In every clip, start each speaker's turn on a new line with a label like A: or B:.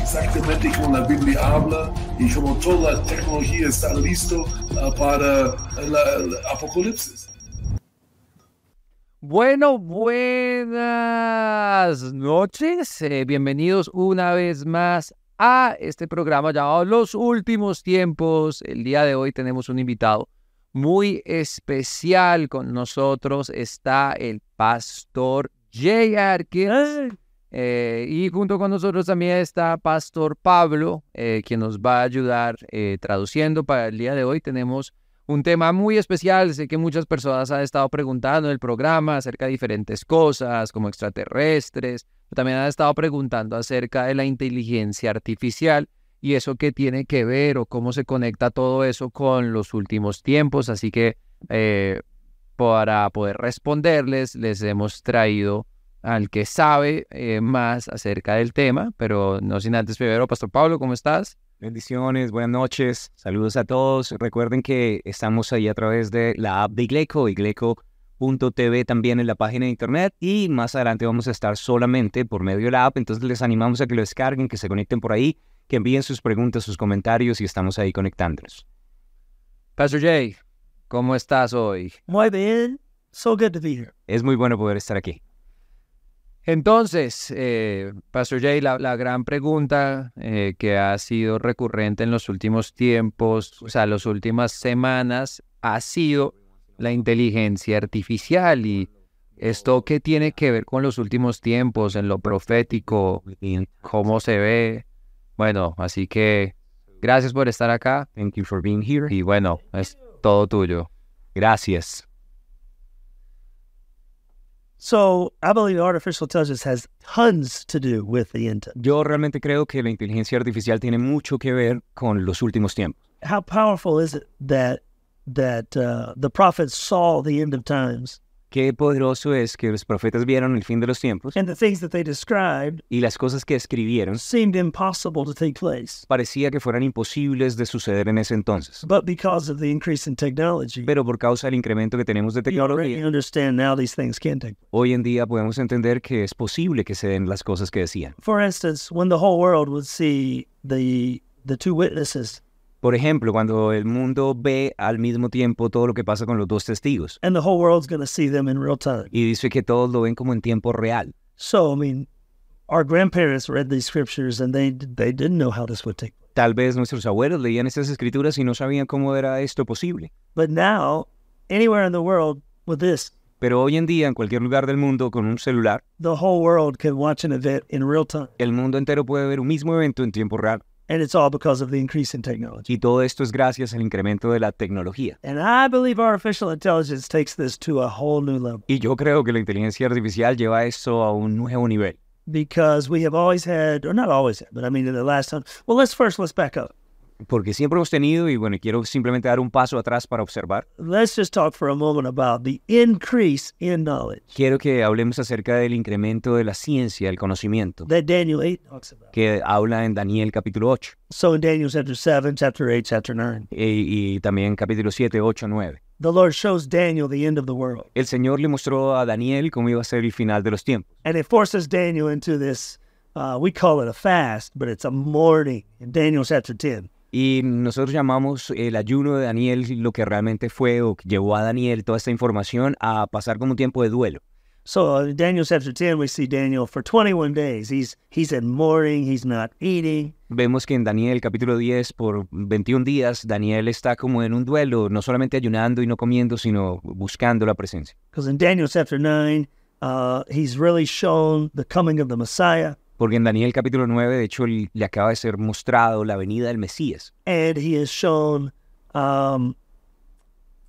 A: exactamente como la Biblia habla y como toda la tecnología está listo uh, para el apocalipsis.
B: Bueno, buenas noches. Eh, bienvenidos una vez más a este programa llamado Los Últimos Tiempos. El día de hoy tenemos un invitado muy especial con nosotros. Está el pastor J. Arquez. Eh, y junto con nosotros también está Pastor Pablo, eh, quien nos va a ayudar eh, traduciendo para el día de hoy. Tenemos un tema muy especial. Sé que muchas personas han estado preguntando en el programa acerca de diferentes cosas, como extraterrestres. También han estado preguntando acerca de la inteligencia artificial y eso qué tiene que ver o cómo se conecta todo eso con los últimos tiempos. Así que eh, para poder responderles, les hemos traído al que sabe eh, más acerca del tema, pero no sin antes primero, Pastor Pablo, ¿cómo estás?
C: Bendiciones, buenas noches, saludos a todos. Recuerden que estamos ahí a través de la app de Igleco, igleco.tv también en la página de internet y más adelante vamos a estar solamente por medio de la app, entonces les animamos a que lo descarguen, que se conecten por ahí, que envíen sus preguntas, sus comentarios y estamos ahí conectándonos.
B: Pastor Jay, ¿cómo estás hoy?
D: Muy bien, so good to be here.
C: Es muy bueno poder estar aquí.
B: Entonces, eh, Pastor Jay, la, la gran pregunta eh, que ha sido recurrente en los últimos tiempos, o sea, las últimas semanas, ha sido la inteligencia artificial y esto que tiene que ver con los últimos tiempos, en lo profético, en cómo se ve. Bueno, así que gracias por estar acá.
C: Thank you for being here.
B: Y bueno, es todo tuyo.
C: Gracias.
D: So I believe artificial intelligence has tons to do with the end.
C: Yo realmente creo que la inteligencia artificial tiene mucho que ver con los últimos tiempos.
D: How powerful is it that that uh, the prophets saw the end of times?
C: Qué poderoso es que los profetas vieron el fin de los tiempos.
D: And the things that they described
C: y las cosas que escribieron
D: seemed impossible to take place.
C: Parecía que fueran imposibles de suceder en ese entonces.
D: But because of the increase in technology,
C: Pero por causa del incremento que tenemos de tecnología,
D: you understand now these things can take place.
C: hoy en día podemos entender que es posible que se den las cosas que decían.
D: For instance, when the whole world would see the the two witnesses
C: Por ejemplo, cuando el mundo ve al mismo tiempo todo lo que pasa con los dos testigos
D: and the whole world's going to see them in real time.
C: y dice que todos lo ven como en tiempo real.
D: So I mean, our grandparents read these scriptures and they they didn't know how this would take. place.
C: Tal vez nuestros abuelos leían estas escrituras y no sabían cómo era esto posible.
D: But now, anywhere in the world with this,
C: Pero hoy en día, en cualquier lugar del mundo, con un celular,
D: the whole world can watch an event in real time,
C: el mundo entero puede ver un mismo evento en tiempo real.
D: and it's all because of the increase in technology.
C: Y todo esto es gracias al incremento de la tecnología.
D: And I believe artificial intelligence takes this to a whole new level
C: Y yo creo que la inteligencia artificial lleva esto a un nuevo nivel.
D: because we have always had, or not always had, but I mean in the last time. Well, let's first let's back up.
C: Porque siempre hemos tenido, y bueno, quiero simplemente dar un paso atrás para observar,
D: Let's just talk for a moment about the increase in knowledge
C: quiero que hablemos acerca del incremento de la ciencia, el conocimiento,
D: that Daniel eight talks about.
C: que habla en Daniel capítulo 8
D: So in Daniel chapter seven, chapter eight, chapter nine,
C: eh, y, y también capítulo 7, 8, 9.
D: the Lord shows Daniel the end of the world,
C: El Señor le mostró a Daniel cómo iba a ser el final de los tiempos.
D: and it forces Daniel into this. Uh, we call it a fast, but it's a mourning in Daniel chapter ten.
C: Y nosotros llamamos el ayuno de Daniel lo que realmente fue o que llevó a Daniel toda esta información a pasar como un tiempo de duelo.
D: So uh, in Daniel chapter 10, we see Daniel for 21 days. He's he's in mourning. He's not eating.
C: Vemos que en Daniel capítulo 10, por 21 días, Daniel está como en un duelo, no solamente ayunando y no comiendo, sino buscando la presencia.
D: Because in Daniel chapter 9, uh, he's really shown the coming of the Messiah,
C: Porque en Daniel capítulo 9, de hecho, l- le acaba de ser mostrado la venida del Mesías.
D: and he is shown um,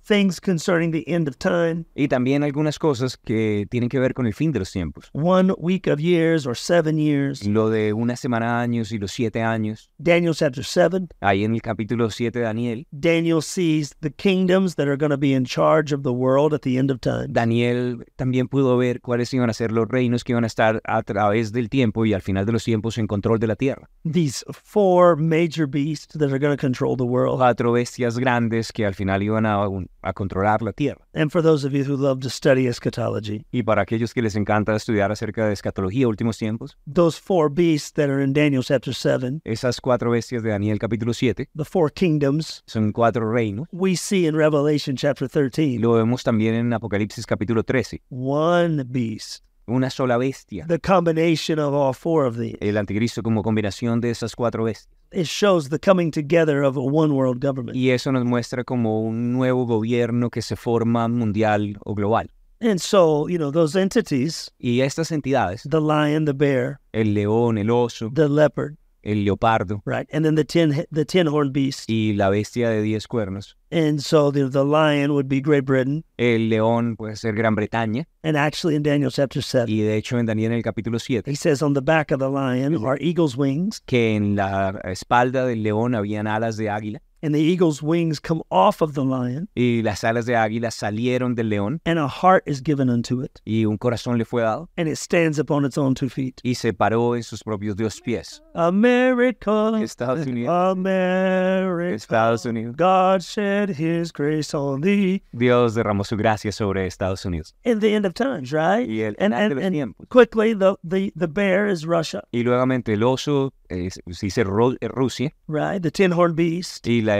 D: things concerning the end of time,
C: Y también algunas cosas que tienen que ver con el fin de los tiempos.
D: one week of years or seven years.
C: Lo de una semana de años y los siete años.
D: Daniel chapter 7,
C: Ahí en el capítulo 7 de Daniel,
D: Daniel sees the kingdoms that are going to be in charge of the world at the end of time.
C: Daniel también pudo ver cuáles iban a ser los reinos que iban a estar a través del tiempo y al final de los tiempos en control de la tierra.
D: These four major beasts that are going to control the world.
C: Cuatro bestias grandes que al final iban a, a controlar la tierra.
D: And for those of you who love to study eschatology,
C: Y para aquellos que les encanta estudiar acerca de escatología últimos tiempos,
D: those four beasts that are in Daniel chapter 7,
C: esas cuatro bestias de Daniel capítulo 7
D: the four kingdoms,
C: son cuatro reinos.
D: we see in Revelation chapter
C: Y
D: 13,
C: lo vemos también en Apocalipsis capítulo 13.
D: one beast,
C: Una sola bestia.
D: the combination of all four of these.
C: El anticristo como combinación de esas cuatro bestias.
D: It shows the coming together of a one world government.
C: Y eso nos muestra como un nuevo gobierno que se forma mundial o global.
D: And so, you know, those entities,
C: Y estas entidades,
D: the lion, the bear,
C: el león, el oso,
D: the leopard,
C: el leopardo
D: right? And then the ten the ten horned beast.
C: y la bestia de diez cuernos,
D: And so the, the lion would be Great Britain.
C: el león puede ser Gran Bretaña.
D: And actually in Daniel chapter seven,
C: Y de hecho en Daniel en el capítulo
D: he
C: 7,
D: says on the back of the lion are eagle's wings,
C: que en la espalda del león habían alas de águila.
D: and the eagle's wings come off of the lion,
C: Y las alas de águila salieron del león
D: and a heart is given unto it,
C: y un corazón le fue dado
D: and it stands upon its own two feet.
C: y se paró en sus propios dos pies.
D: America,
C: Estados Unidos.
D: America,
C: Estados Unidos.
D: God shed His grace on thee.
C: Dios derramó su gracia sobre Estados Unidos.
D: in the end of times, right?
C: Y el
D: And
C: final de
D: and,
C: los
D: and
C: tiempos.
D: quickly the, the the bear is Russia,
C: Y luego el oso, eh, se dice Ro- eh, Rusia,
D: right? The tin horn beast.
C: y la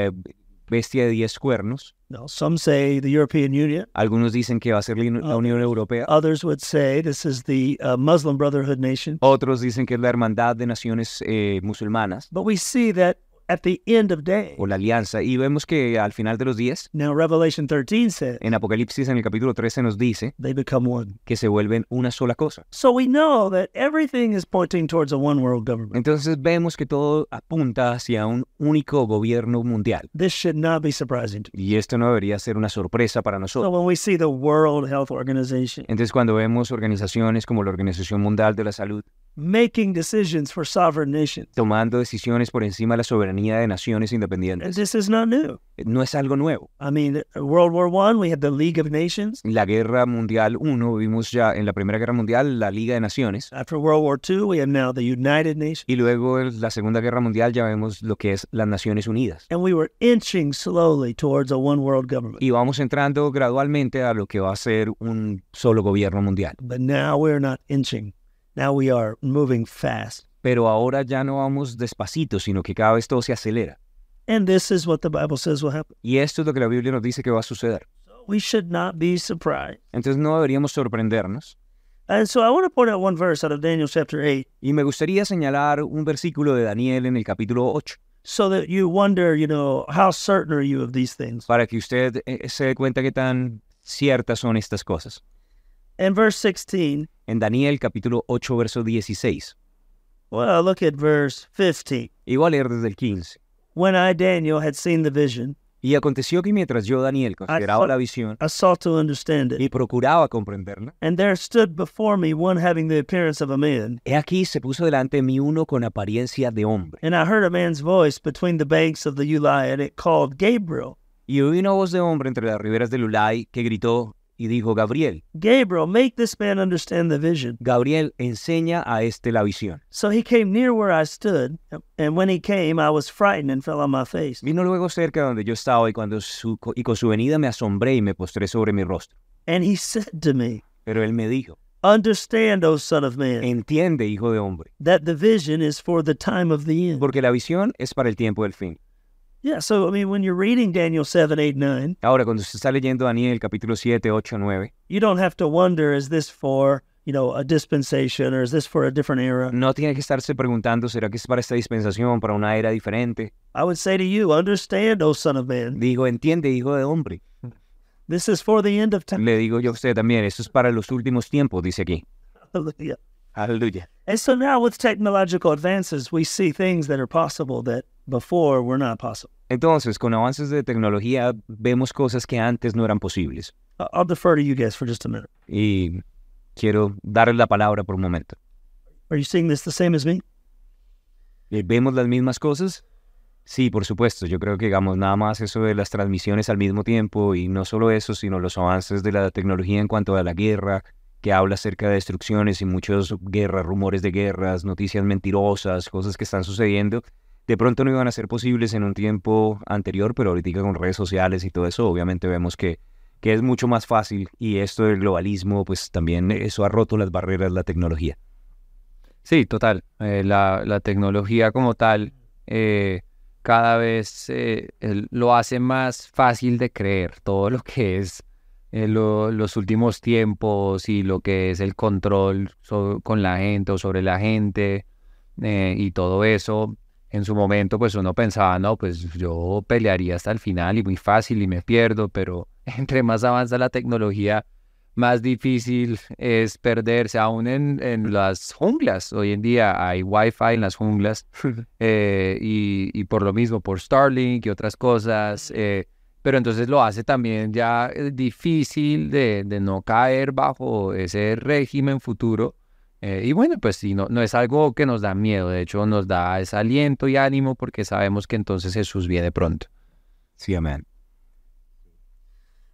C: bestia de diez cuernos.
D: No, some say the European Union.
C: Algunos dicen que va a ser la Inu- la Unión Europea.
D: Others would say this is the uh, Muslim Brotherhood nation.
C: Otros dicen que es la Hermandad de Naciones eh, Musulmanas
D: But we see that at the end of day.
C: o la Alianza. Y vemos que al final de los días,
D: Now Revelation 13 says
C: en Apocalipsis, en el capítulo 13, nos dice
D: they become one.
C: que se vuelven una sola cosa.
D: So we know that everything is pointing towards a one world government.
C: Entonces vemos que todo apunta hacia un único gobierno mundial.
D: This should not be surprising to me.
C: Y esto no debería ser una sorpresa para
D: So
C: nosotros.
D: when we see the World Health Organization
C: Entonces cuando vemos organizaciones como la Organización Mundial de la Salud
D: making decisions for sovereign nations,
C: tomando decisiones por encima de la soberanía de naciones
D: and
C: independientes, eh,
D: this is not new.
C: no es algo nuevo.
D: I mean, uh, World War One, we had the League of Nations.
C: En La Guerra Mundial 1, vimos ya en la Primera Guerra Mundial la Liga de Naciones.
D: After World War Two, we have now the United Nations,
C: Y luego en la Segunda Guerra Mundial ya vemos lo que es las Naciones Unidas.
D: and we were inching slowly towards a one world government.
C: Y vamos entrando gradualmente a lo que va a ser un solo gobierno mundial.
D: But now we're not inching. Now we are moving fast.
C: Pero ahora ya no vamos despacito, sino que cada vez todo se acelera.
D: And this is what the Bible says will happen.
C: Y esto es lo que la Biblia nos dice que va a suceder.
D: We should not be surprised.
C: Entonces no deberíamos sorprendernos.
D: And so I want to point out one verse out of Daniel chapter 8
C: Y me gustaría señalar un versículo de Daniel en el capítulo 8.
D: so that you wonder, you know, how certain are you of these things?
C: para que usted eh, se dé cuenta qué tan ciertas son estas cosas.
D: And verse 16,
C: En Daniel capítulo 8, verso 16.
D: well, look at verse 15.
C: Y voy a leer desde el 15.
D: When I, Daniel, had seen the vision,
C: Y aconteció que mientras yo, Daniel, consideraba la visión
D: I sought to understand it.
C: y procuraba comprenderla,
D: And there stood before me one having the appearance of a man.
C: he aquí se puso delante de mí uno con apariencia de hombre.
D: And I heard a man's voice between the banks of the Uli, and it called Gabriel,
C: Y oí una voz de hombre entre las riberas del Ulay que gritó y dijo, Gabriel,
D: Gabriel, make this man understand the vision.
C: Gabriel, enseña a este la visión.
D: So he came near where I stood, and when he came, I was frightened and fell on my face.
C: Vino luego cerca de donde yo estaba y, cuando su, y con su venida me asombré y me postré sobre mi rostro.
D: And he said to me,
C: Pero él me dijo,
D: Understand, O Son of Man,
C: entiende, hijo de hombre.
D: that the vision is for the time of the end.
C: Porque la visión es para el tiempo del fin.
D: Yeah, so I mean, when you're reading Daniel 7, 8, 9,
C: Ahora, cuando se está leyendo Daniel capítulo 7, 8, 9,
D: you don't have to wonder, is this for, you know, a dispensation or is this for a different era?
C: no tiene que estarse preguntando, ¿será que es para esta dispensación, para una era diferente?
D: I would say to you, understand, O Son of Man,
C: Digo, entiende, hijo de hombre.
D: this is for the end of time.
C: Le digo yo a usted también, esto es para los últimos tiempos, dice aquí.
D: Hallelujah.
C: Aleluya.
D: And so now with technological advances, we see things that are possible that before were not possible.
C: Entonces, con avances de tecnología vemos cosas que antes no eran posibles.
D: I- I'll defer to you guys for just a minute.
C: Y quiero darles la palabra por un momento.
D: Are you seeing this the same as me?
C: Eh, ¿Vemos las mismas cosas? Sí, por supuesto. Yo creo que, digamos, nada más eso de las transmisiones al mismo tiempo y no solo eso, sino los avances de la tecnología en cuanto a la guerra, que habla acerca de destrucciones y muchos guerras, rumores de guerras, noticias mentirosas, cosas que están sucediendo. De pronto no iban a ser posibles en un tiempo anterior, pero ahorita con redes sociales y todo eso, obviamente vemos que, que es mucho más fácil y esto del globalismo, pues también eso ha roto las barreras de la tecnología.
B: Sí, total. Eh, la, la tecnología como tal eh, cada vez eh, el- lo hace más fácil de creer todo lo que es eh, lo- los últimos tiempos y lo que es el control so- con la gente o sobre la gente eh, y todo eso. En su momento, pues uno pensaba, no, pues yo pelearía hasta el final y muy fácil y me pierdo, pero entre más avanza la tecnología, más difícil es perderse, aún en, en las junglas. Hoy en día hay wifi en las junglas eh, y, y por lo mismo, por Starlink y otras cosas. eh, pero entonces lo hace también ya eh, difícil de, de no caer bajo ese régimen futuro. Eh, y bueno, pues sí, no, no es algo que nos da miedo, de hecho nos da ese aliento y ánimo porque sabemos que entonces Jesús viene pronto.
C: Sí, amén.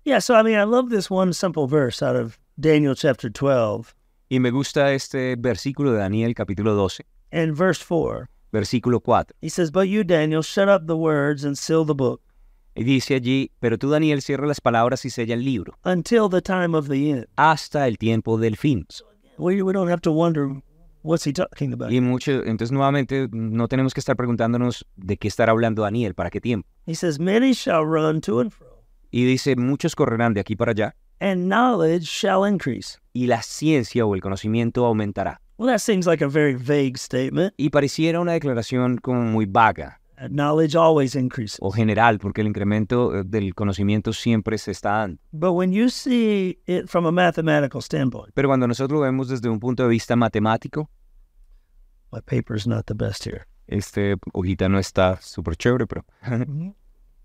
D: Yeah, so I mean, I love this one simple verse out of Daniel chapter 12
C: Y me gusta este versículo de Daniel capítulo 12,
D: and verse 4.
C: versículo 4.
D: He says, But you, Daniel, shut up the words and seal the book
C: Y dice allí, pero tú Daniel cierra las palabras y sella el libro,
D: until the time of the end.
C: hasta el tiempo del fin.
D: We, we don't have to wonder what's he talking about.
C: Y mucho, entonces nuevamente no tenemos que estar preguntándonos de qué estará hablando Daniel, para qué tiempo.
D: He says, Many shall run to and fro,
C: Y dice, muchos correrán de aquí para allá,
D: and knowledge shall increase.
C: y la ciencia o el conocimiento aumentará.
D: Well, that seems like a very vague statement.
C: Y pareciera una declaración como muy vaga
D: Uh, Knowledge always increases.
C: o general, porque el incremento eh, del conocimiento siempre se está dando.
D: But when you see it from a mathematical standpoint,
C: Pero cuando nosotros lo vemos desde un punto de vista matemático,
D: my paper's not the best here.
C: Este hojita no está súper chévere, pero...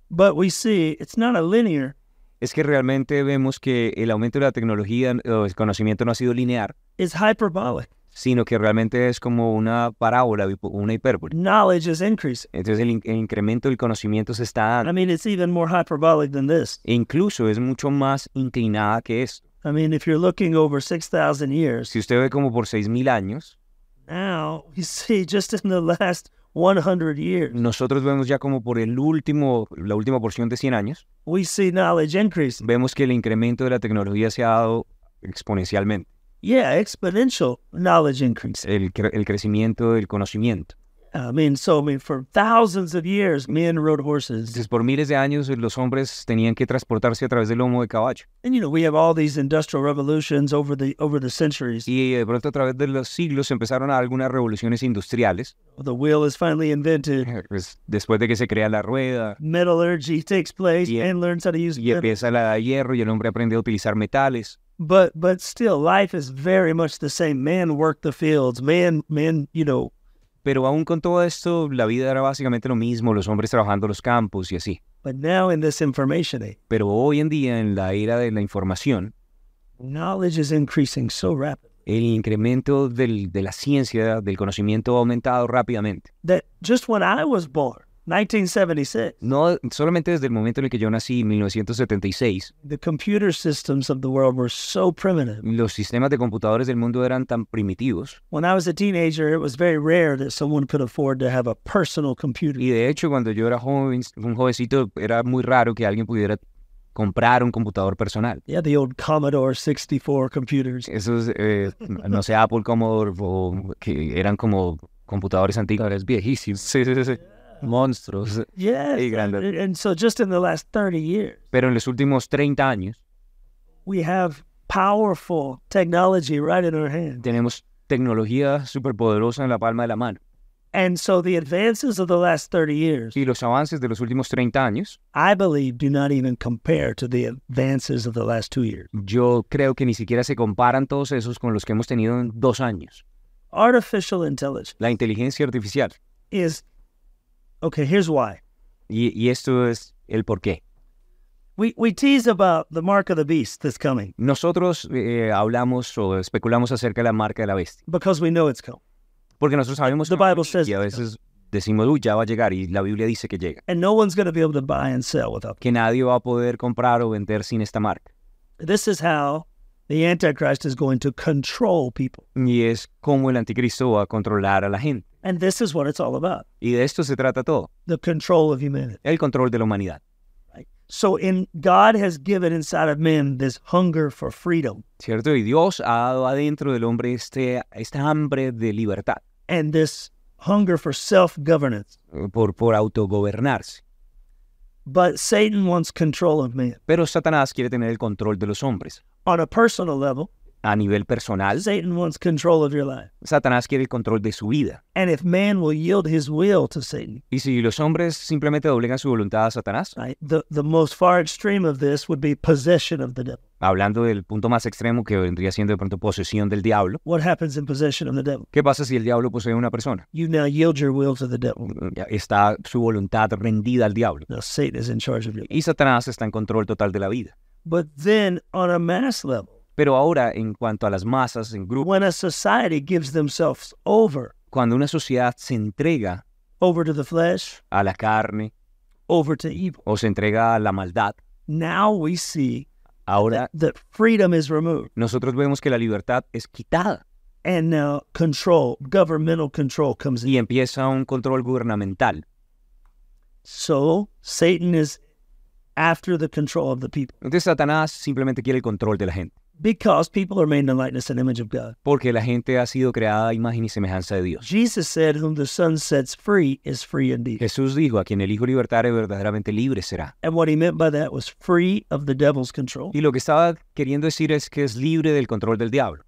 D: But we see it's not a linear,
C: es que realmente vemos que el aumento de la tecnología o el conocimiento no ha sido lineal,
D: it's hyperbolic.
C: sino que realmente es como una parábola, hipo- una hipérbole.
D: Knowledge is increasing.
C: Entonces el, in- el incremento del conocimiento se está
D: I
C: dando.
D: mean, it's even more hyperbolic than this.
C: E incluso es mucho más inclinada que esto.
D: I mean, if you're looking over 6,000 years,
C: Si usted ve como por 6.000 años,
D: now we see just in the last 100 years,
C: nosotros vemos ya como por el último, la última porción de 100 años,
D: we see knowledge increasing.
C: vemos que el incremento de la tecnología se ha dado exponencialmente.
D: Yeah, exponential knowledge increase.
C: El, cre- el crecimiento del conocimiento.
D: I mean, so I mean, for thousands of years, men rode horses.
C: Entonces, por miles de años eh, los hombres tenían que transportarse a través del lomo de caballo.
D: And you know, we have all these industrial revolutions over the over the centuries.
C: Y de pronto a través de los siglos empezaron a algunas revoluciones industriales.
D: The wheel is finally invented.
C: Pues, después de que se crea la rueda
D: Metallurgy takes place
C: Yeah.
D: and learns how to use
C: y
D: metal.
C: empieza la edad de hierro y el hombre aprende a utilizar metales.
D: But but still, life is very much the same. Man worked the fields. Man man, you know,
C: Pero aún con todo esto, la vida era básicamente lo mismo, los hombres trabajando los campos y así.
D: But now in this information age,
C: Pero hoy en día, en la era de la información,
D: knowledge is increasing so rapidly
C: el incremento del- de la ciencia, del conocimiento ha aumentado rápidamente.
D: that just when I was born, 1976,
C: No solamente desde el momento en el que yo nací, en 1976,
D: the computer systems of the world were so primitive.
C: los sistemas de computadores del mundo eran tan primitivos.
D: When I was a teenager, it was very rare that someone could afford to have a personal computer.
C: Y de hecho, cuando yo era joven, un jovencito, era muy raro que alguien pudiera comprar un computador personal.
D: Yeah, the old Commodore 64 computers.
C: Esos, eh, no sé, Apple Commodore, o que eran como computadores antiguos.
B: Ahora es viejísimo,
C: Sí, sí, sí.
B: monstruos.
D: Yeah.
C: Hey, Grandad.
D: And so just in the last 30 years,
C: Pero en los últimos 30 años
D: we have powerful technology right in our hand.
C: tenemos tecnología superpoderosa en la palma de la mano.
D: And so the advances of the last 30 years
C: Y los avances de los últimos 30 años,
D: I believe, do not even compare to the advances of the last two years.
C: yo creo que ni siquiera se comparan todos esos con los que hemos tenido en dos años.
D: Artificial intelligence
C: La inteligencia artificial.
D: is okay, here's why.
C: Y, y esto es el porqué.
D: We, we tease about the mark of the beast that's coming
C: Nosotros eh, hablamos o especulamos acerca de la marca de la bestia.
D: because we know it's coming.
C: Porque nosotros sabemos
D: The
C: que va a
D: Bible
C: venir
D: says
C: y a
D: it's
C: veces decimos, uy, ya va a llegar y la Biblia dice que llega.
D: And no one's going to be able to buy and sell without.
C: Que nadie va a poder comprar o vender sin esta marca.
D: This is how the Antichrist is going to control people.
C: Y es como el anticristo va a controlar a la gente.
D: And this is what it's all about
C: Y de esto se trata todo,
D: the control of humanity.
C: el control de la humanidad.
D: Right? So, in God has given inside of men this hunger for freedom
C: ¿Cierto? Y Dios ha dado adentro del hombre este, esta hambre de libertad
D: and this hunger for self governance.
C: eh, por, por autogobernarse.
D: But Satan wants control of men
C: Pero Satanás quiere tener el control de los hombres.
D: on a personal level.
C: A nivel personal,
D: Satan wants control of your life.
C: Satanás quiere el control de su vida.
D: And if man will yield his will to Satan,
C: Y si los hombres simplemente doblegan su voluntad a Satanás,
D: right, the, the most far extreme of this would be possession of the devil.
C: hablando del punto más extremo que vendría siendo de pronto posesión del diablo,
D: What happens in possession of the devil?
C: ¿qué pasa si el diablo posee a una persona?
D: You now yield your will to the devil.
C: Está su voluntad rendida al diablo.
D: Now Satan is in charge of you.
C: Y Satanás está en control total de la vida.
D: But then on a mass level,
C: Pero ahora, en cuanto a las masas, en grupo,
D: when a society gives themselves over,
C: cuando una sociedad se entrega
D: over to the flesh,
C: a la carne
D: over to evil,
C: o se entrega a la maldad,
D: now we see
C: ahora
D: that, that freedom is removed.
C: nosotros vemos que la libertad es quitada
D: And now control, governmental control comes in.
C: y empieza un control gubernamental.
D: So Satan is after the control of the people
C: Entonces Satanás simplemente quiere el control de la gente,
D: because people are made in the likeness and image of God.
C: porque la gente ha sido creada a imagen y semejanza de Dios.
D: Jesus said, Whom the Son sets free is free indeed.
C: Jesús dijo, a quien el Hijo libertare verdaderamente libre será.
D: And what he meant by that was free of the devil's control,
C: Y lo que estaba queriendo decir es que es libre del control del diablo,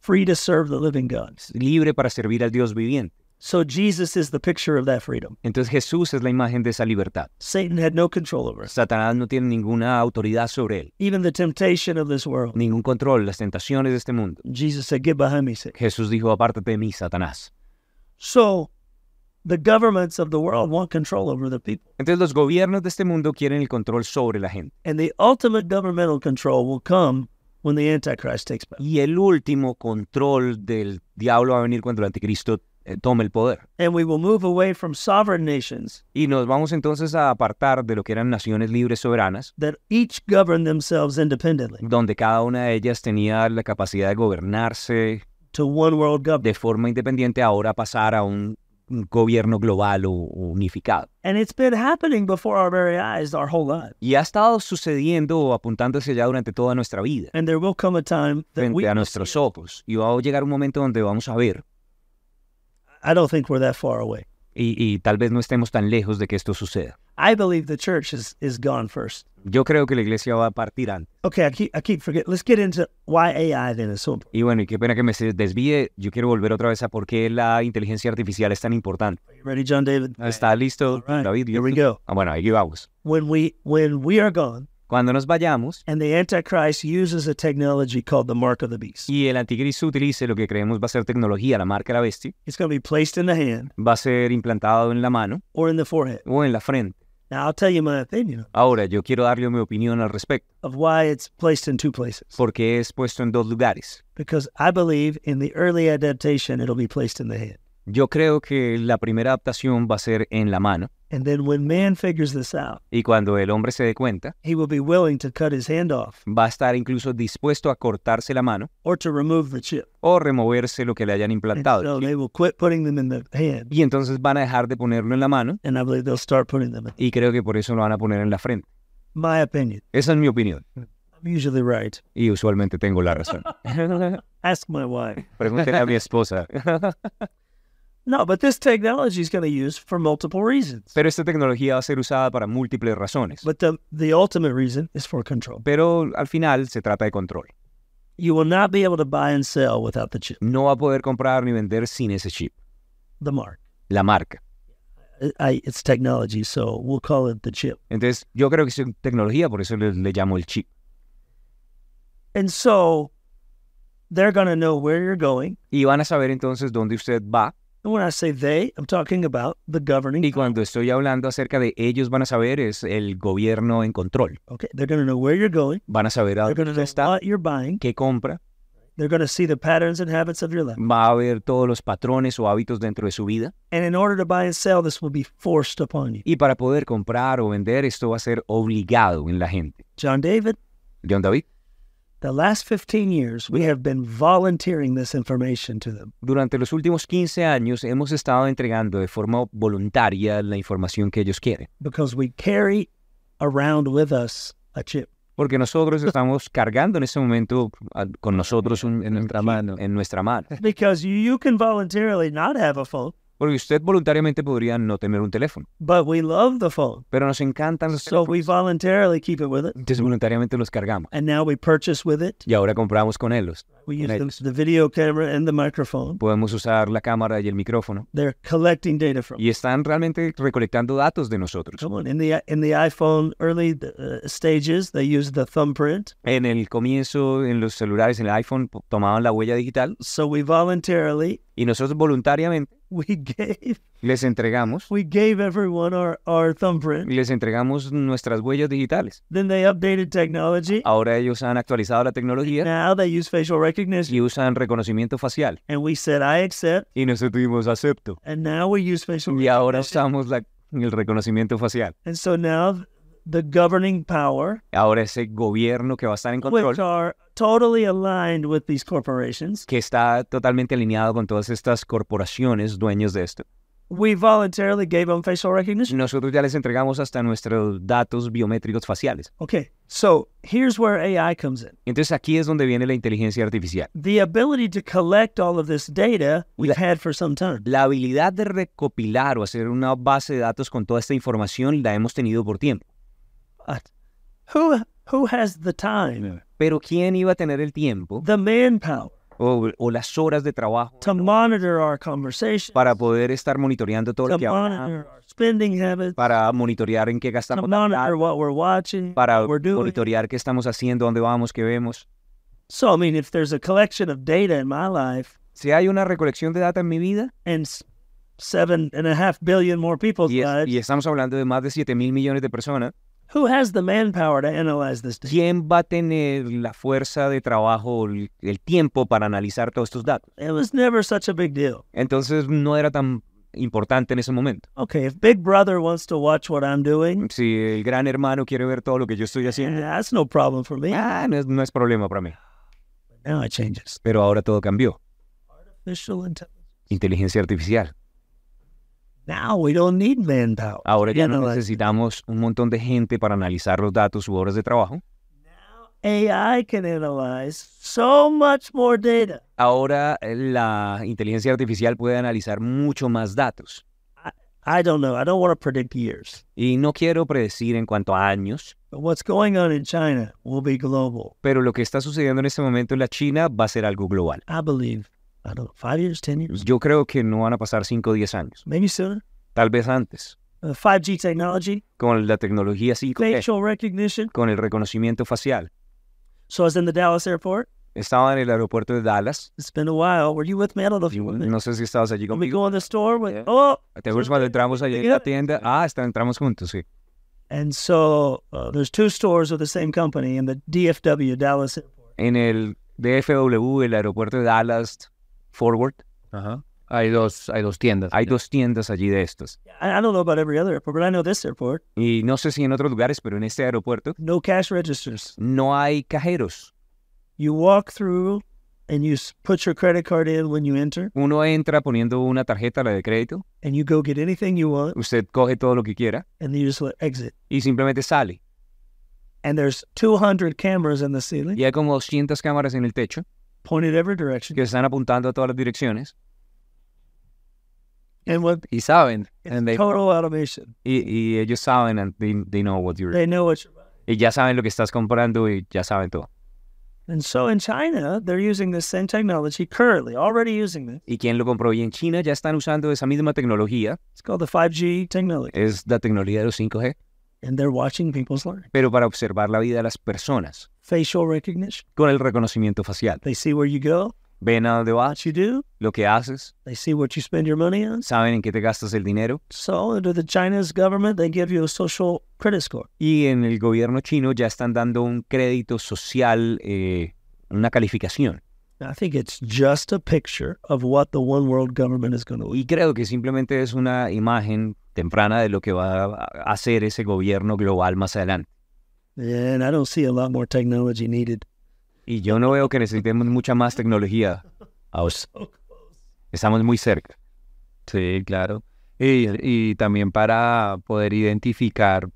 D: free to serve the living God.
C: es libre para servir al Dios viviente.
D: So Jesus is the picture of that freedom.
C: Entonces Jesús es la imagen de esa libertad.
D: Satan had no control over us.
C: Satanás no tiene ninguna autoridad sobre él,
D: Even the temptation of this world.
C: ningún control, las tentaciones de este mundo.
D: Jesus said, Get behind me, Satan.
C: Jesús dijo, apártate de mí, Satanás.
D: So the governments of the world want control over the people.
C: Entonces los gobiernos de este mundo quieren el control sobre la gente.
D: And the ultimate governmental control will come when the Antichrist takes power.
C: Y el último control del diablo va a venir cuando el anticristo eh, tome el poder.
D: And we will move away from sovereign nations
C: Y nos vamos entonces a apartar de lo que eran naciones libres soberanas
D: that each govern themselves independently
C: donde cada una de ellas tenía la capacidad de gobernarse
D: to one world government.
C: de forma independiente, ahora pasar a un, un gobierno global o, o unificado.
D: And it's been happening before our very eyes our whole life.
C: Y ha estado sucediendo o apuntándose ya durante toda nuestra vida,
D: And there will come a time that we
C: frente a nuestros ojos. Y va a llegar un momento donde vamos a ver,
D: I don't think we're that far away.
C: y, y tal vez no estemos tan lejos de que esto suceda.
D: I believe the church is, is gone first.
C: Yo creo que la iglesia va a partir antes.
D: Okay, I keep I keep forgetting. Let's get into why AI then is so important.
C: Y bueno, y qué pena que me se- desvíe. Yo quiero volver otra vez a por qué la inteligencia artificial es tan importante.
D: You ready, John David?
C: ¿Está listo,
D: All right,
C: David?
D: here we
C: ¿Listo?
D: go.
C: Ah, Bueno, ahí vamos.
D: When we when we are gone
C: Cuando nos vayamos,
D: and the Antichrist uses a technology called the mark of the beast.
C: y el anticristo utilice lo que creemos va a ser tecnología, la marca de la bestia,
D: It's gonna be placed in the hand
C: va a ser implantado en la mano
D: or in the forehead.
C: o en la frente.
D: Now I'll tell you my opinion
C: Ahora, yo quiero darle mi opinión al respecto,
D: of why it's placed in two places.
C: porque es puesto en dos lugares.
D: Because I believe in the early adaptation it'll be placed in the hand.
C: Yo creo que la primera adaptación va a ser en la mano,
D: And then when man figures this out,
C: y cuando el hombre se dé cuenta,
D: he will be willing to cut his hand off
C: va a estar incluso dispuesto a cortarse la mano
D: or to remove the chip.
C: o removerse lo que le hayan
D: And
C: implantado.
D: so they will quit putting them in the hand,
C: Y entonces van a dejar de ponerlo en la mano,
D: and I believe they'll start putting them in.
C: y creo que por eso lo van a poner en la frente.
D: My opinion.
C: Esa es mi opinión,
D: I'm usually right.
C: y usualmente tengo la razón.
D: Ask my wife.
C: Pregúntele a mi esposa.
D: No, but this technology is going to use for multiple reasons.
C: Pero esta tecnología va a ser usada para múltiples razones.
D: But the, the ultimate reason is for control.
C: Pero al final se trata de control.
D: You will not be able to buy and sell without the chip,
C: No va a poder comprar ni vender sin ese chip,
D: the mark.
C: la marca.
D: I- I, it's technology, so we'll call it the chip.
C: Entonces yo creo que es tecnología, por eso le, le llamo el chip.
D: And so they're going to know where you're going,
C: Y van a saber entonces dónde usted va
D: And when I say they, I'm talking about the governing.
C: Y cuando estoy hablando acerca de ellos van a saber es el gobierno en control.
D: Okay, they're going to know where you're going.
C: Van a saber a
D: They're going to
C: dónde
D: know
C: está,
D: what you're buying.
C: qué compra.
D: They're going to see the patterns and habits of your life.
C: Va a ver todos los patrones o hábitos dentro de su vida.
D: And in order to buy and sell, this will be forced upon you.
C: Y para poder comprar o vender esto va a ser obligado en la gente.
D: John David,
C: John David,
D: the last 15 years, we have been volunteering this information to them.
C: durante los últimos 15 años hemos estado entregando de forma voluntaria la información que ellos quieren.
D: because we carry around with us a chip.
C: Porque nosotros estamos cargando en este momento ah, con nosotros un- en nuestra mano. En nuestra mano.
D: Because you can voluntarily not have a phone,
C: Porque usted voluntariamente podría no tener un teléfono,
D: but we love the phone.
C: pero nos encantan los
D: So we
C: teléfonos.
D: voluntarily keep it with it.
C: Entonces voluntariamente los cargamos
D: And now we purchase with it.
C: y ahora compramos con ellos.
D: We
C: And
D: use
C: it's-
D: the, the video camera and the microphone.
C: Podemos usar la cámara y el micrófono
D: They're collecting data from
C: y están realmente recolectando datos de nosotros.
D: Come on. In the in the iPhone early uh, stages, they use the thumbprint.
C: En el comienzo, en los celulares, en el iPhone, po- tomaban la huella digital
D: So we voluntarily
C: y nosotros voluntariamente
D: we gave
C: les entregamos,
D: we gave everyone our, our thumbprint.
C: les entregamos nuestras huellas digitales.
D: Then they updated technology.
C: Ahora ellos han actualizado la tecnología
D: Now they use facial recognition.
C: y usan reconocimiento facial.
D: And we said, I accept.
C: Y nosotros dimos acepto.
D: And now we use facial
C: Y ahora
D: recognition.
C: usamos la- el reconocimiento facial.
D: And so now th- the governing power,
C: Ahora ese gobierno que va a estar en
D: which
C: control,
D: are totally aligned with these corporations,
C: que está totalmente alineado con todas estas corporaciones dueños de esto.
D: we voluntarily gave them facial recognition.
C: Nosotros ya les entregamos hasta nuestros datos biométricos faciales.
D: Okay, so here's where AI comes in.
C: Entonces aquí es donde viene la inteligencia artificial.
D: The ability to collect all of this data we've
C: La-
D: had for some time.
C: La habilidad de recopilar o hacer una base de datos con toda esta información la hemos tenido por tiempo.
D: But who who has the time,
C: Pero ¿quién iba a tener el tiempo
D: the manpower
C: o, o las horas de trabajo
D: to monitor our conversation,
C: para poder estar monitoreando todo
D: to
C: lo que hablamos,
D: monitor our spending habits,
C: para monitorear en qué
D: to
C: gastamos,
D: monitor what we're watching,
C: para
D: what we're doing?
C: monitorear qué estamos haciendo, dónde vamos, qué vemos?
D: So, I mean, if there's a collection of data in my life
C: Si hay una recolección de data en mi vida
D: and s- seven and a half billion more people's
C: y, es-
D: lives,
C: y estamos hablando de más de 7 mil millones de personas,
D: who has the manpower to analyze this data?
C: ¿quién va a tener la fuerza de trabajo, o el el tiempo para analizar todos estos datos?
D: It was never such a big deal.
C: Entonces no era tan importante en ese momento.
D: Okay, if Big Brother wants to watch what I'm doing,
C: Si el gran hermano quiere ver todo lo que yo estoy
D: yeah,
C: haciendo,
D: that's no problem for me.
C: ah, no, es, no es problema para mí.
D: Now it changes.
C: Pero ahora todo cambió.
D: Artificial intelligence.
C: Inteligencia artificial.
D: Now we don't need manpower.
C: Ahora
D: to
C: ya no
D: analyze.
C: necesitamos un montón de gente para analizar los datos u horas de trabajo.
D: AI can analyze so much more data.
C: Ahora eh, la inteligencia artificial puede analizar mucho más datos.
D: I don't know. I don't want to predict years.
C: Y no quiero predecir en cuanto a años,
D: But what's going on in China will be global.
C: pero lo que está sucediendo en este momento en la China va a ser algo global.
D: I believe, I don't know, five years, 10 years,
C: Yo creo que no van a pasar 5 o 10 años,
D: maybe sooner.
C: tal vez antes.
D: Uh, 5G technology,
C: Con la tecnología 5G,
D: facial recognition.
C: con el reconocimiento facial.
D: So I was in the Dallas airport.
C: Estaba en el aeropuerto de Dallas.
D: It's been a while. Were you with me? I don't know if you were with me.
C: No sé si estabas allí
D: When we
C: conmigo.
D: go in the store, with,
C: Yeah.
D: oh.
C: ¿Te acuerdas cuando entramos allí en la tienda? Ah, está, entramos juntos, sí.
D: And so uh, there's two stores with the same company in the DFW, Dallas airport.
C: En el DFW, el aeropuerto de Dallas Forward,
B: Hay dos, hay dos tiendas.
C: hay dos tiendas allí de estas.
D: I, I don't know about every other airport, but I know this airport.
C: Y no sé si en otros lugares, pero en este aeropuerto
D: No cash registers.
C: no hay cajeros.
D: You walk through and you s- put your credit card in when you enter
C: Uno entra poniendo una tarjeta, la de crédito,
D: and you go get anything you want
C: usted coge todo lo que quiera
D: and then you just let exit.
C: y simplemente sale.
D: And there's 200 cameras in the ceiling
C: Y hay como 200 cámaras en el techo
D: pointed every direction.
C: que están apuntando a todas las direcciones
D: And what
B: Y saben.
D: it's
B: and they-
D: total automation.
C: y, y ellos saben, and they, they know what you're-
D: They know what you're buying.
C: y ya saben lo que estás comprando y ya saben todo.
D: And so in China, they're using this same technology currently, already using it.
C: ¿Y quién lo compró? Y en China ya están usando esa misma tecnología,
D: It's called the 5G technology.
C: es la tecnología de los 5G,
D: And they're watching people's learning.
C: pero para observar la vida de las personas
D: Facial recognition.
C: con el reconocimiento facial.
D: They see where you go.
C: ven a dónde vas,
D: What you do,
C: lo que haces,
D: they see what you spend your money on.
C: saben en qué te gastas el dinero.
D: So, under the Chinese government, they give you a social credit score.
C: Y en el gobierno chino ya están dando un crédito social, eh, una calificación.
D: I think it's just a picture of what the one world government is going to
C: Y creo que simplemente es una imagen temprana de lo que va a hacer ese gobierno global más adelante.
D: And I don't see a lot more technology needed.
C: Y yo no veo que necesitemos mucha más tecnología. Ahora, Estamos muy cerca.
B: Sí, claro. Y, y también para poder identificar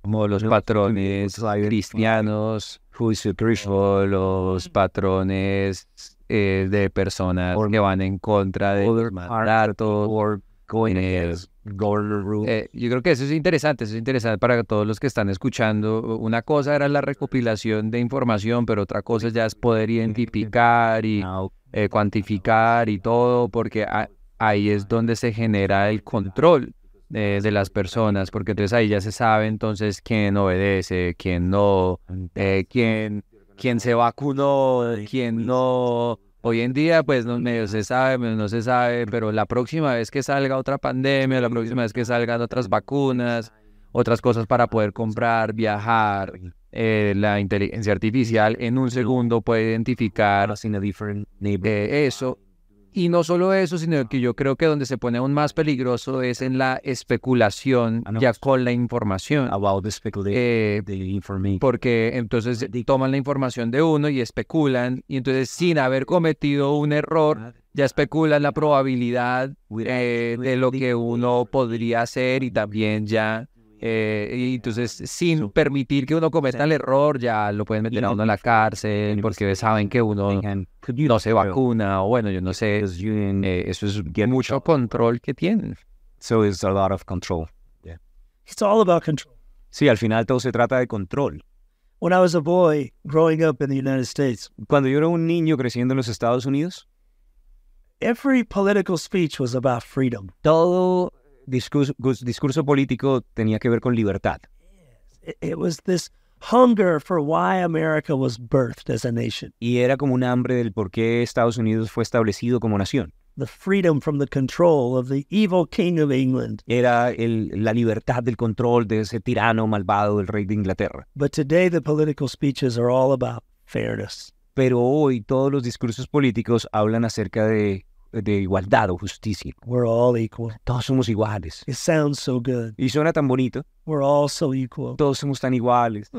B: como los patrones cristianos, o los patrones eh, de personas que van en contra de los mandatos, eh, eh, yo creo que eso es interesante, eso es interesante para todos los que están escuchando. Una cosa era la recopilación de información, pero otra cosa ya es poder identificar y
C: Ah,
B: eh, cuantificar y todo, porque a- ahí es donde se genera el control eh, de las personas, porque entonces ahí ya se sabe entonces quién obedece, quién no, eh, quién, quién se vacunó, quién no. Hoy en día, pues no, medio se sabe, medio no se sabe, pero la próxima vez que salga otra pandemia, la próxima vez que salgan otras vacunas, otras cosas para poder comprar, viajar, eh, la inteligencia artificial en un segundo puede identificar eh, eso. Y no solo eso, sino que yo creo que donde se pone aún más peligroso es en la especulación ya con la información.
C: About the speculation,
B: Eh,
C: the information.
B: porque entonces toman la información de uno y especulan, y entonces sin haber cometido un
C: Ah,
B: error, ya especulan la probabilidad eh, de lo que uno podría hacer y también ya, eh, y entonces sin permitir que uno cometa el error, ya lo pueden meter a uno en la cárcel
C: pues
B: porque saben que uno no se vacuna, o bueno, yo no sé,
C: Because you in-
B: eh, eso es mucho control que tienen.
C: So it's a lot of control.
D: It's all about control.
C: Sí, al final todo se trata de control.
D: When I was a boy growing up in the United States,
C: Cuando yo era un niño creciendo en los Estados Unidos,
D: every political speech was about freedom.
C: todo discurso, gus- discurso político tenía que ver con libertad.
D: It, it was this hunger for why America was birthed as a nation,
C: Y era como un hambre del por qué Estados Unidos fue establecido como nación.
D: the freedom from the control of the evil king of England.
C: Era el- la libertad del control de ese tirano malvado del rey de Inglaterra.
D: But today, the political speeches are all about fairness.
C: Pero hoy todos los discursos políticos hablan acerca de, de igualdad o justicia.
D: We're all equal.
C: Todos somos iguales.
D: It sounds so good.
C: Y suena tan bonito.
D: We're all so equal.
C: Todos somos tan iguales.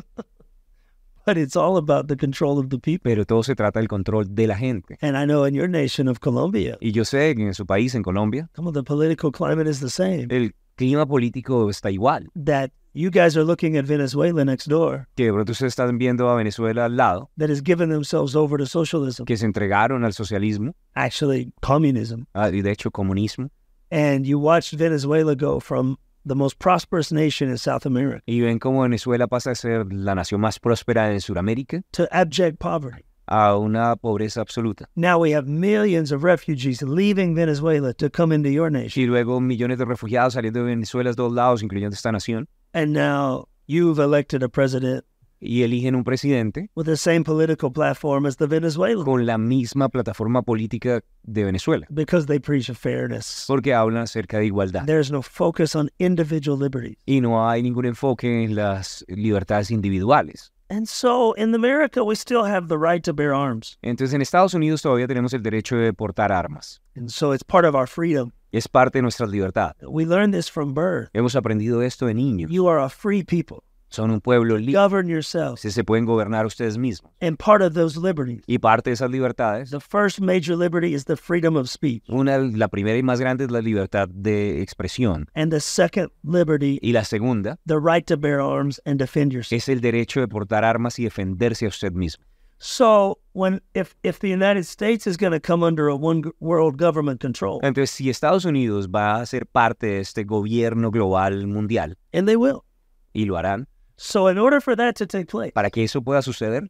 D: But it's all about the control of the people.
C: Pero todo se trata del control de la gente.
D: And I know in your nation of Colombia,
C: Y yo sé que en su país, en Colombia,
D: some of the political climate is the same.
C: el clima político está igual.
D: That you guys are looking at Venezuela next door,
C: Que de pronto ustedes están viendo a Venezuela al lado,
D: that has given themselves over to socialism,
C: que se entregaron al socialismo,
D: actually communism.
C: ah, y de hecho comunismo.
D: And you watched Venezuela go from the most prosperous nation in South America
C: Y ven cómo Venezuela pasa a ser la nación más próspera en Sudamérica
D: to abject poverty.
C: a una pobreza absoluta.
D: Now we have millions of refugees leaving Venezuela to come into your nation.
C: Y luego millones de refugiados saliendo de Venezuela a todos lados, incluyendo esta nación,
D: And now you've elected a president
C: y eligen un presidente
D: with the same political platform as the Venezuelan
C: con la misma plataforma política de Venezuela,
D: because they preach of fairness.
C: porque hablan acerca de igualdad.
D: There's no focus on individual liberties.
C: Y no hay ningún enfoque en las libertades individuales.
D: And so in America, we still have the right to bear arms.
C: Entonces en Estados Unidos todavía tenemos el derecho de portar armas.
D: And so it's part of our freedom.
C: Es parte de nuestra libertad.
D: We learn this from birth.
C: Hemos aprendido esto de niños.
D: You are a free people.
C: Son un pueblo libre.
D: Govern yourselves.
C: Ustedes se pueden gobernar ustedes mismos.
D: And part of those liberties,
C: Y parte de esas libertades,
D: the first major liberty is the freedom of speech.
C: una, la primera y más grande es la libertad de expresión.
D: And the second liberty,
C: Y la segunda
D: the right to bear arms and defend yourself.
C: es el derecho de portar armas y defenderse a usted mismo.
D: So when if if the United States is going to come under a one g- world government control,
C: Entonces, si Estados Unidos va a ser parte de este gobierno global mundial,
D: and they will.
C: y lo harán,
D: So in order for that to take place,
C: para que eso pueda suceder,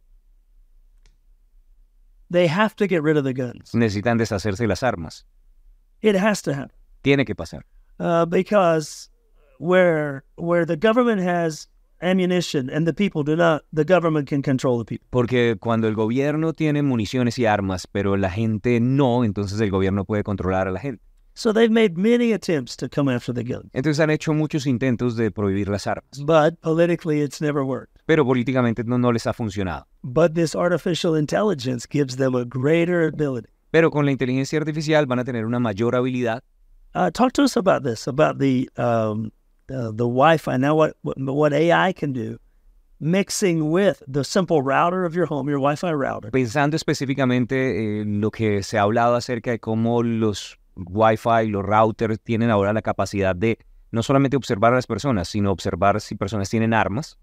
D: they have to get rid of the guns.
C: necesitan deshacerse de las armas.
D: It has to happen.
C: Tiene que pasar.
D: uh, because where where the government has ammunition, and the people do not, the government can control the people.
C: Porque cuando el gobierno tiene municiones y armas, pero la gente no, entonces el gobierno puede controlar a la gente.
D: So they've made many attempts to come after the guilty.
C: Entonces han hecho muchos intentos de prohibir las armas,
D: But politically, it's never worked.
C: pero políticamente no, no les ha funcionado.
D: But this artificial intelligence gives them a greater ability.
C: Pero con la inteligencia artificial van a tener una mayor habilidad.
D: Uh, talk to us about this, about the um, uh, the Wi-Fi. Now, what, what what AI can do, mixing with the simple router of your home, your Wi-Fi router,
C: Pensando específicamente en lo que se ha hablado acerca de cómo los Wi-Fi, los routers tienen ahora la capacidad de no solamente observar a las personas, sino observar si personas tienen armas.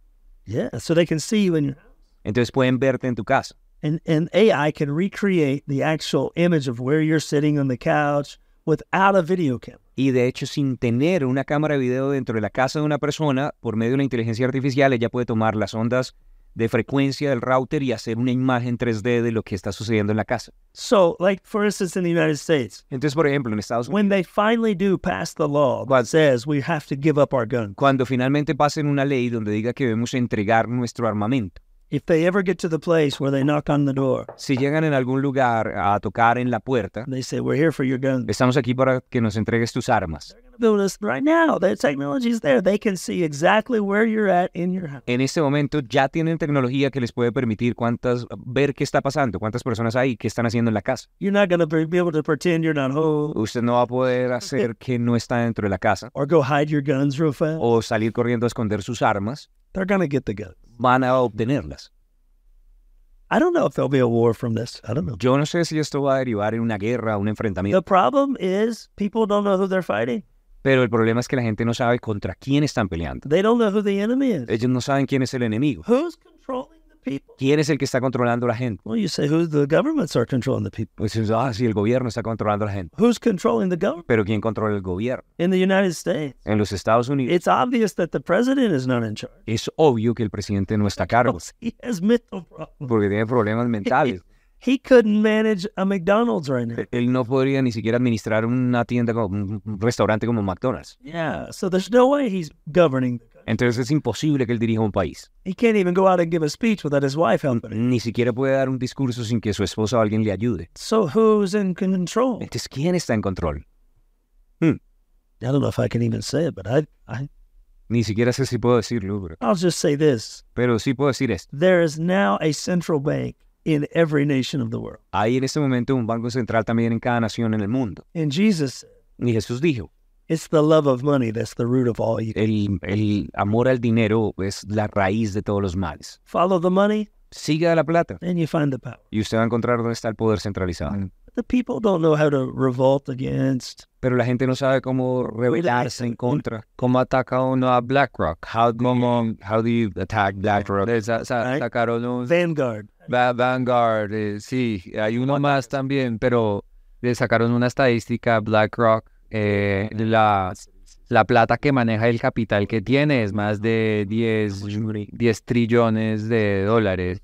D: yeah, so they can see you in your
C: Entonces pueden verte en tu casa.
D: and and AI can recreate the actual image of where you're sitting on the couch without a video camera.
C: Y de hecho, sin tener una cámara de video dentro de la casa de una persona, por medio de la inteligencia artificial, ella puede tomar las ondas de frecuencia del router y hacer una imagen 3D de lo que está sucediendo en la casa.
D: So, like for instance, in the United States,
C: Entonces, por ejemplo, en Estados Unidos,
D: when they finally do pass the law that says we have to give up our gun,
C: cuando finalmente pasen una ley donde diga que debemos entregar nuestro armamento,
D: if they ever get to the place where they knock on the door,
C: si llegan en algún lugar a tocar en la puerta,
D: and they say we're here for your gun.
C: estamos aquí para que nos entregues tus armas.
D: build us right now. The technology is there. They can see exactly where you're at in your house.
C: En este momento ya tienen tecnología que les puede permitir cuántas, ver qué está pasando, cuántas personas hay, qué están haciendo en la casa.
D: You're not going to be able to pretend you're not home
C: Usted no va a poder hacer que no está dentro de la casa
D: or go hide your guns real fast.
C: o salir corriendo a esconder sus armas,
D: They're going to get the gun.
C: van a obtenerlas.
D: I don't know if there'll be a war from this. I don't know.
C: Yo no sé si esto va a derivar en una guerra, un enfrentamiento,
D: The problem is people don't know who they're fighting.
C: pero el problema es que la gente no sabe contra quién están peleando.
D: They don't know who the enemy is.
C: Ellos no saben quién es el enemigo,
D: Who's controlling the people?
C: quién es el que está controlando a la gente.
D: Well, you say who the governments are controlling the people.
C: Pues, ah, sí, el gobierno está controlando a la gente.
D: Who's controlling the government
C: Pero ¿quién controla el gobierno?
D: in the United States?
C: En los Estados Unidos
D: It's obvious that the president is not in charge.
C: es obvio que el presidente no está a cargo
D: He has mental problems.
C: porque tiene problemas mentales.
D: He couldn't manage a McDonald's right now.
C: Él no podría ni siquiera administrar una tienda, como, un un restaurante como McDonald's.
D: Yeah, so there's no way he's governing.
C: Entonces es imposible que él dirija un país.
D: He can't even go out and give a speech without his wife helping. him.
C: Ni siquiera puede dar un discurso sin que su esposa o alguien le ayude.
D: So who's in control? I
C: Entonces, ¿quién está en control?
D: don't know if I can even say it, but I, I
C: Ni siquiera sé si puedo decirlo, pero,
D: I'll just say this:
C: pero sí puedo decir esto.
D: there is now a central bank in every nation of the world,
C: Hay en este momento un banco central también en cada nación en el mundo.
D: and Jesus,
C: Y Jesús dijo,
D: it's the love of money that's the root of all evil.
C: el, el amor al dinero es la raíz de todos los males.
D: Follow the money,
C: Siga la plata
D: and you find the power.
C: y usted va a encontrar dónde está el poder centralizado.
D: The people don't know how to revolt against.
C: Pero la gente no sabe cómo rebelarse en contra.
B: ¿Cómo ataca uno a BlackRock?
C: How do you, how do you attack BlackRock?
B: Eh, sa- sa-
D: Right.
B: Sacaron un
D: Vanguard.
B: Va- Vanguard, eh, sí, hay uno más también, pero le sacaron una estadística a BlackRock. eh, la, la plata que maneja el capital que tiene es más de 10, 10 trillones de dólares.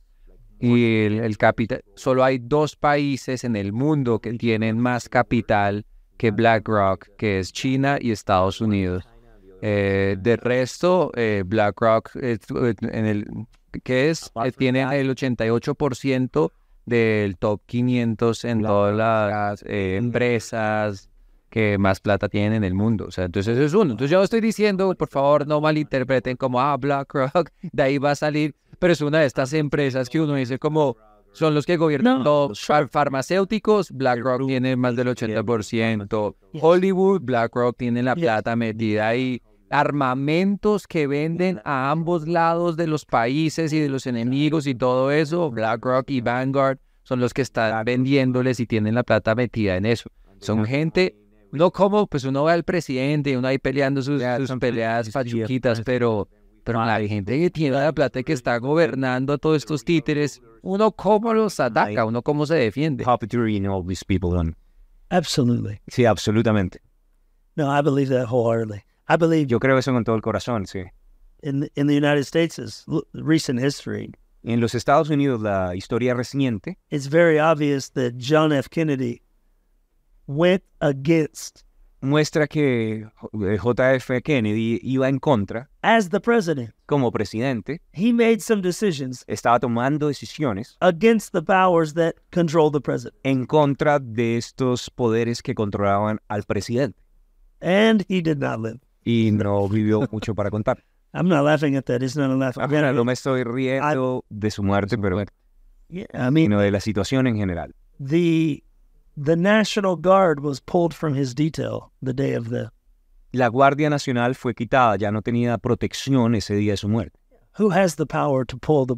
B: Y el, el capital, solo hay dos países en el mundo que tienen más capital que BlackRock, que es China y Estados Unidos. Eh, de resto, eh, BlackRock, eh, en el, que es, Eh, tiene el 88% del top 500 en todas las eh, empresas que más plata tienen en el mundo. O sea, entonces eso es uno. Entonces yo estoy diciendo, por favor, no malinterpreten como, ah, BlackRock, de ahí va a salir, pero es una de estas empresas que uno dice como... Son los que gobiernan
D: No,
B: los far- farmacéuticos, BlackRock tiene más del 80%, Hollywood, BlackRock tiene la plata metida ahí, armamentos que venden a ambos lados de los países y de los enemigos y todo eso, BlackRock y Vanguard son los que están vendiéndoles y tienen la plata metida en eso. Son gente, no como, pues uno ve al presidente y uno ahí peleando sus, sus peleas pachuquitas, pero, pero la gente que tiene la plata y que está gobernando a todos estos títeres, uno cómo los ataca, uno cómo se defiende.
C: Puppetry in all these people. and-
D: Absolutely.
C: Sí, absolutamente.
D: No, I believe that wholeheartedly. I believe
C: Yo creo eso con todo el corazón, sí.
D: in in the United States is l- recent history.
C: En los Estados Unidos, la historia reciente,
D: It's very obvious that John F. Kennedy went against
C: muestra que JF Kennedy iba en contra
D: as the president.
C: como presidente,
D: He made some decisions
C: estaba tomando decisiones
D: against the powers that control the president.
C: en contra de estos poderes que controlaban al presidente.
D: And he did not live.
C: Y no vivió mucho para contar.
D: I'm not laughing at that. It's not a laugh. I mean, I
C: No
D: mean,
C: me estoy riendo de su muerte, pero
D: yeah, I mean
C: sino de la situación en general.
D: the the National Guard was pulled from his detail the day of the
C: La Guardia Nacional fue quitada, ya no tenía protección ese día de su muerte.
D: who has the power to pull the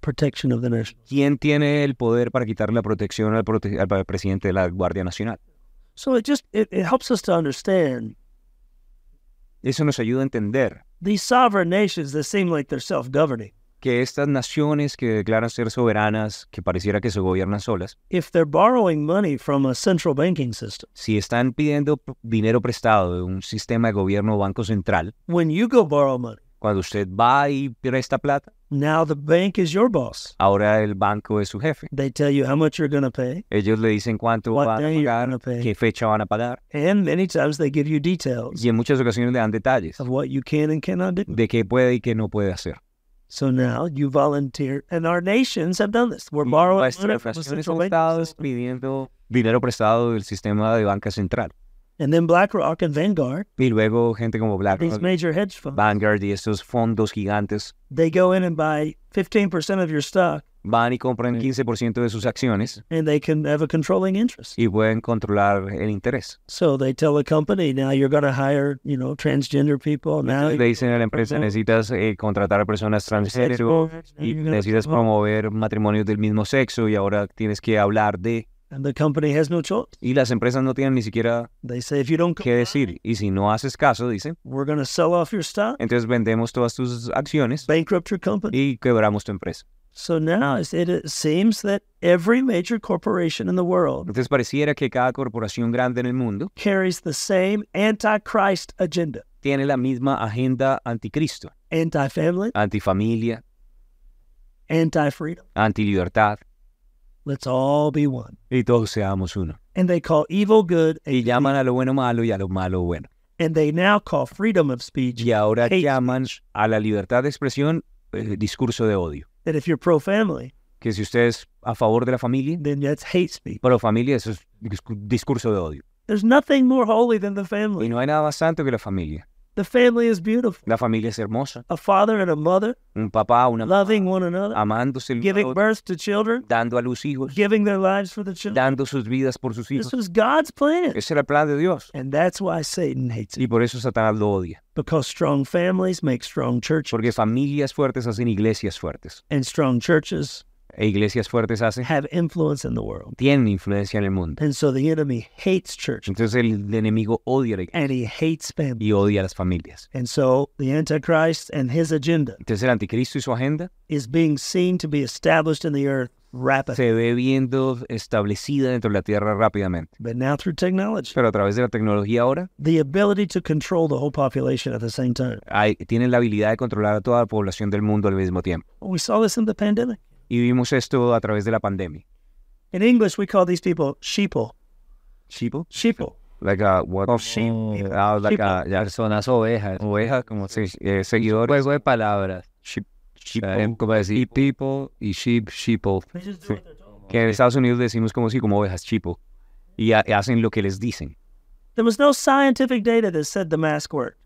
D: protection of the national.
C: ¿Quién tiene el poder para quitar la protección al, prote- al- al presidente de la Guardia Nacional?
D: So it just it, it helps us to understand
C: Eso nos ayuda a entender
D: these sovereign nations that seem like they're self-governing.
C: que estas naciones que declaran ser soberanas, que pareciera que se gobiernan solas,
D: If they're borrowing money from a central banking system,
C: si están pidiendo p- dinero prestado de un sistema de gobierno o banco central,
D: when you go borrow money,
C: cuando usted va y presta plata,
D: now the bank is your boss.
C: ahora el banco es su jefe.
D: They tell you how much you're going to pay,
C: Ellos le dicen cuánto
D: What
C: van a
D: day you're
C: pagar,
D: gonna pay.
C: qué fecha van a pagar,
D: and many times they give you details
C: y en muchas ocasiones le dan detalles
D: of what you can and cannot do.
C: de qué puede y qué no puede hacer.
D: So now you volunteer, and our nations have done this.
C: Mm,
D: We're borrowing money
C: Nuestras
D: from a
C: naciones
D: central
C: han
D: banking
C: estado
D: system.
C: pidiendo dinero prestado del sistema de banca central.
D: and then BlackRock and Vanguard,
C: Y luego gente como
D: these
C: BlackRock,
D: major hedge funds,
C: Vanguard y estos fondos gigantes
D: they go in and buy 15% of your stock,
C: van y compran 15% de sus acciones
D: and they can have a controlling interest.
C: y pueden controlar el interés.
D: So they tell a company, now you're going to hire, you know, transgender people. Now
C: Le dicen a la empresa, necesitas eh, contratar a personas transgénero y necesitas promover matrimonios del mismo sexo y ahora tienes que hablar de...
D: And the company has no choice.
C: Y las empresas no tienen ni siquiera
D: They say, if you don't
C: qué
D: comply,
C: decir. Y si no haces caso, dicen,
D: we're going to sell off your stock,
C: entonces vendemos todas tus acciones
D: bankrupt your company.
C: y quebramos tu empresa.
D: So now it's- it, it seems that every major corporation in the world
C: Entonces pareciera que cada corporación grande en el mundo
D: carries the same anti-Christ agenda,
C: tiene la misma agenda anticristo,
D: anti-family,
C: antifamilia,
D: anti-freedom.
C: antilibertad,
D: Let's all be one.
C: y todos seamos uno.
D: And they call evil good,
C: Y llaman a lo bueno malo y a lo malo bueno.
D: and they now call freedom of speech
C: Y ahora
D: Hate
C: llaman a la libertad de expresión eh, discurso de odio.
D: that if you're pro-family,
C: Que si usted es a favor de la familia,
D: then that's hate speech.
C: pro familia, eso es discu- discurso de odio.
D: There's nothing more holy than the family.
C: Y no hay nada más santo que la familia.
D: The family is beautiful.
C: La familia es hermosa.
D: A father and a mother
C: Un papá, una mamá,
D: loving one another,
C: amándose el
D: giving
C: otro,
D: birth to children,
C: dando a los hijos,
D: giving their lives for the children.
C: dando sus vidas por sus hijos.
D: This was God's plan.
C: Ese era el plan de Dios.
D: And that's why Satan hates it.
C: Y por eso Satanás lo odia.
D: Because strong families make strong churches,
C: Porque familias fuertes hacen iglesias fuertes.
D: and strong churches
C: E iglesias fuertes hacen,
D: have influence in the world.
C: tienen influencia en el mundo.
D: And so the enemy hates church,
C: Entonces el enemigo odia la iglesia
D: and he hates family.
C: y odia a las familias.
D: And so the Antichrist and his agenda
C: Entonces el anticristo y su agenda
D: is being seen to be established in the earth rapidly,
C: se ve viendo establecida dentro de la tierra rápidamente.
D: but now through technology.
C: Pero a través de la tecnología ahora
D: The ability to control the whole population at the same time.
C: hay- tienen la habilidad de controlar a toda la población del mundo al mismo tiempo.
D: We saw this in the pandemic.
C: Y vimos esto a través de la pandemia.
D: In English, we call these people sheeple.
C: Sheeple?
D: Sheeple.
C: Like a what?
D: sheep.
C: Ah, like a- ya,
B: Personas ovejas.
C: oveja, como se, eh, seguidores.
B: Juego de palabras. O sea, em- como decir people y sheep, sheeple.
C: que en Estados Unidos decimos como si como ovejas chipo y ha- hacen lo que les dicen.
D: There was no scientific data that said the mask worked.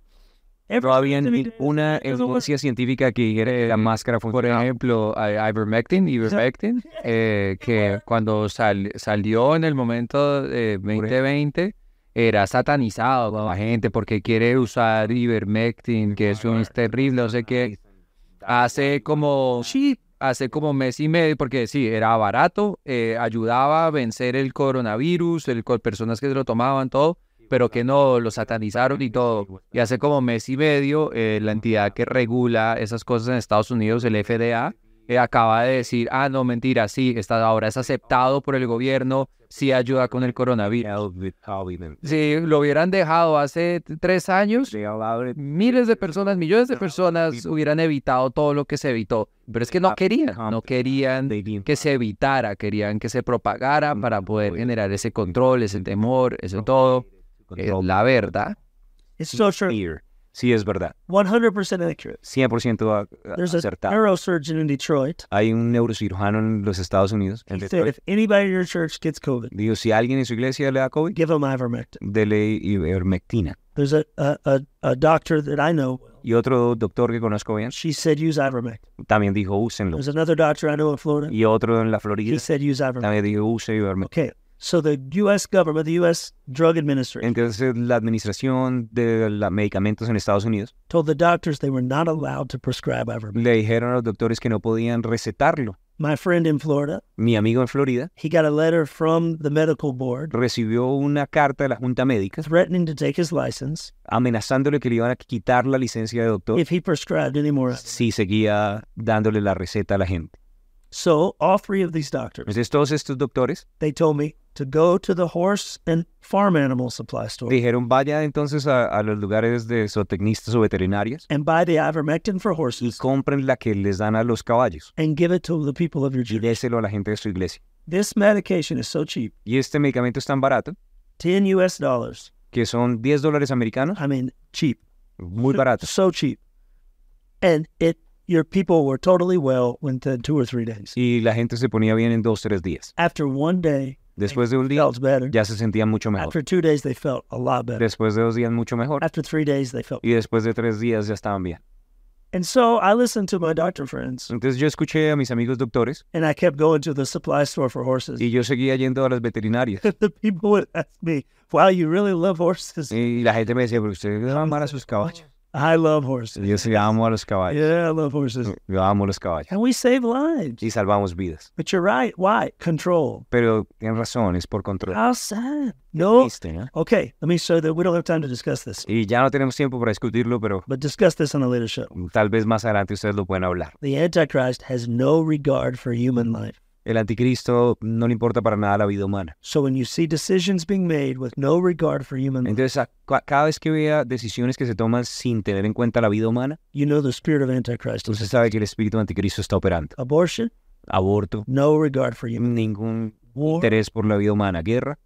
D: Every
C: No había
D: scientific data
C: ninguna
D: said it doesn't work.
C: evidencia científica que dijera que la máscara
B: Por
C: funcionaba.
B: ejemplo, i- ivermectin, ivermectin, eh, que cuando sal- salió en el momento de 2020 era satanizado por la gente porque quiere usar ivermectin, que eso es terrible, no sé qué. Hace como
D: Sheep.
B: hace como mes y medio, porque sí, era barato, eh, ayudaba a vencer el coronavirus, el, co- personas que se lo tomaban, todo, pero que no, lo satanizaron y todo. Y hace como mes y medio, eh, la entidad que regula esas cosas en Estados Unidos, el FDA, eh, acaba de decir, ah, no, mentira, sí, está, ahora es aceptado por el gobierno, sí ayuda con el coronavirus. Si lo hubieran dejado hace t- tres años, miles de personas, millones de personas hubieran evitado todo lo que se evitó. Pero es que no querían, no querían que se evitara, querían que se propagara para poder generar ese Mm, control, ese temor, ese todo. es la verdad.
D: It's so true.
C: Clear. Sí, es verdad.
D: 100% accurate.
C: 100% a- a-
D: There's
C: uh,
D: a
C: acertado.
D: neurosurgeon in Detroit.
C: Hay un neurocirujano en los Estados Unidos. en
D: He said,
C: Detroit.
D: if anybody in your church gets COVID,
C: Digo, si alguien en su iglesia le da COVID,
D: give them ivermectin.
C: dele ivermectina.
D: There's a, a, a, a doctor that I know.
C: Y otro doctor que conozco bien
D: She said use ivermectin.
C: también dijo, úsenlo.
D: There's another doctor I know in Florida.
C: Y otro en la
D: He
C: Florida
D: said use ivermectin.
C: también dijo, use ivermectina.
D: Okay. So the U.S. government, the U.S. Drug Administration,
C: Entonces, la administración de los medicamentos en Estados Unidos
D: told the doctors they were not allowed to prescribe ivermectin.
C: le dijeron a los doctores que no podían recetarlo.
D: My friend in Florida,
C: Mi amigo en Florida
D: he got a letter from the medical board
C: recibió una carta de la Junta Médica
D: threatening to take his license
C: amenazándole que le iban a quitar la licencia de doctor
D: if he prescribed any more.
C: si seguía dándole la receta a la gente.
D: So all three of these doctors,
C: Entonces, todos estos doctores
D: they told me to go to the horse and farm animal supply store
C: dijeron, vaya entonces a, a los lugares de zootecnistas o veterinarios
D: and buy the ivermectin for
C: y
D: horses
C: compren la que les dan a los caballos
D: and give it to the people of your
C: y
D: church.
C: déselo a la gente de su iglesia.
D: This medication is so cheap,
C: Y este medicamento es tan barato
D: 10 US dollars.
C: que son 10 dólares americanos,
D: I mean, cheap.
C: muy
D: So-
C: barato.
D: So cheap. And it your people were totally well within two or three days.
C: Y la gente se ponía bien en dos, tres días.
D: After one day,
C: Después de un
D: they
C: día
D: felt better.
C: ya se sentían mucho mejor.
D: After two days, they felt a lot better.
C: Después de dos días mucho mejor.
D: After three days, they felt.
C: Y después de tres días ya estaban bien.
D: And so I listened to my doctor friends,
C: Entonces yo escuché a mis amigos doctores
D: and I kept going to the supply store for horses.
C: y yo seguía yendo a las veterinarias.
D: And the people would ask me, "Wow, you really love horses?
C: Y la gente me decía, pero usted amar a sus caballos.
D: I love horses.
C: Yo sí amo a los caballos.
D: Yeah, I love horses.
C: Yo amo a los caballos.
D: And we save lives.
C: Y salvamos vidas.
D: But you're right. Why? Control.
C: Pero tienen razón, es por control.
D: How sad. No.
C: Triste, ¿no?
D: Okay, let me show that we don't have time to discuss this,
C: Y ya no tenemos tiempo para discutirlo, pero
D: but discuss this on a later show.
C: tal vez más adelante ustedes lo pueden hablar.
D: The Antichrist has no regard for human life.
C: El anticristo no le importa para nada la vida humana.
D: So when you see decisions being made with no regard for human life,
C: Entonces, a- ca- cada vez que vea decisiones que se toman sin tener en cuenta la vida humana,
D: you know the spirit of Antichrist.
C: usted sabe que el espíritu anticristo está operando.
D: Abortion,
C: Aborto,
D: no regard for human.
C: ningún
D: War,
C: interés por la vida humana. Guerra,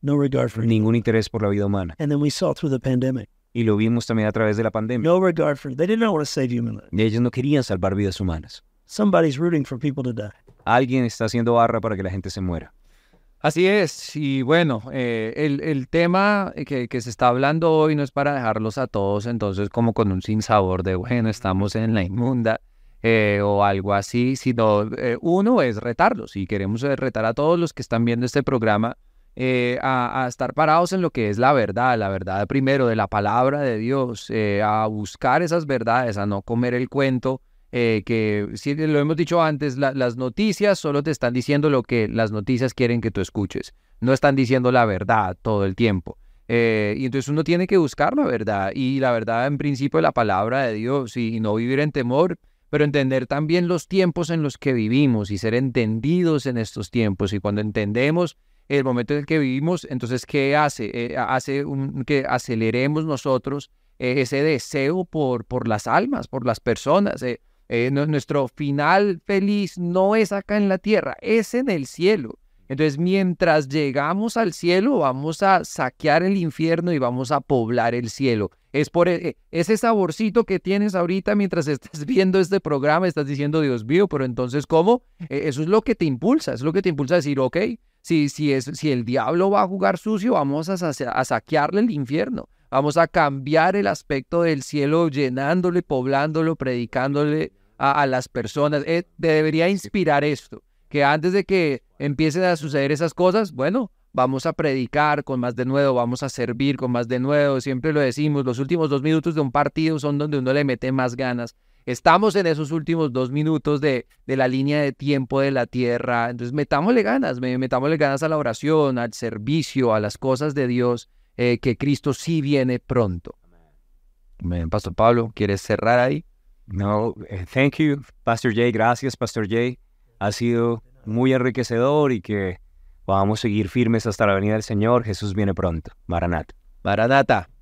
D: no regard for.
C: ningún interés por la vida humana.
D: And then we saw through the pandemic,
C: Y lo vimos también a través de la pandemia.
D: no regard for. They did not want to save human life.
C: Y ellos no querían salvar vidas humanas.
D: Somebody's rooting for people to die.
C: Alguien está haciendo barra para que la gente se muera.
B: Así es, y bueno, eh, el, el tema que, que se está hablando hoy no es para dejarlos a todos entonces como con un sinsabor de, bueno, estamos en la inmunda eh, o algo así, sino eh, uno es retarlos y queremos eh, retar a todos los que están viendo este programa eh, a, a estar parados en lo que es la verdad, la verdad primero de la palabra de Dios, eh, a buscar esas verdades, a no comer el cuento eh, que si lo hemos dicho antes, la- las noticias solo te están diciendo lo que las noticias quieren que tú escuches. No están diciendo la verdad todo el tiempo. Eh, y entonces uno tiene que buscar la verdad y la verdad en principio la palabra de Dios y, y no vivir en temor, pero entender también los tiempos en los que vivimos y ser entendidos en estos tiempos. Y cuando entendemos el momento en el que vivimos, entonces ¿qué hace? Eh, hace un- que aceleremos nosotros eh, ese deseo por, por las almas, por las personas. eh, eh, nu- nuestro final feliz no es acá en la tierra, es en el cielo. Entonces, mientras llegamos al cielo, vamos a saquear el infierno y vamos a poblar el cielo. Es por e- e- ese saborcito que tienes ahorita mientras estás viendo este programa, estás diciendo, Dios mío, pero entonces, ¿cómo? Eh, Eso es lo que te impulsa, es lo que te impulsa a decir, ok, si, si, es, si el diablo va a jugar sucio, vamos a, sa- a saquearle el infierno. Vamos a cambiar el aspecto del cielo llenándole, poblándolo, predicándole a, a las personas. Eh, te debería inspirar esto, que antes de que empiecen a suceder esas cosas, bueno, vamos a predicar con más de nuevo, vamos a servir con más de nuevo. Siempre lo decimos, los últimos dos minutos de un partido son donde uno le mete más ganas. Estamos en esos últimos dos minutos de, de la línea de tiempo de la tierra. Entonces, metámosle ganas, me- metámosle ganas a la oración, al servicio, a las cosas de Dios, eh, que Cristo sí viene pronto. Amén. Pastor Pablo, ¿quieres cerrar ahí?
C: No, eh, thank you, Pastor Jay. Gracias, Pastor Jay. Ha sido muy enriquecedor y que vamos a seguir firmes hasta la venida del Señor. Jesús viene pronto. Maranat.
B: Maranata.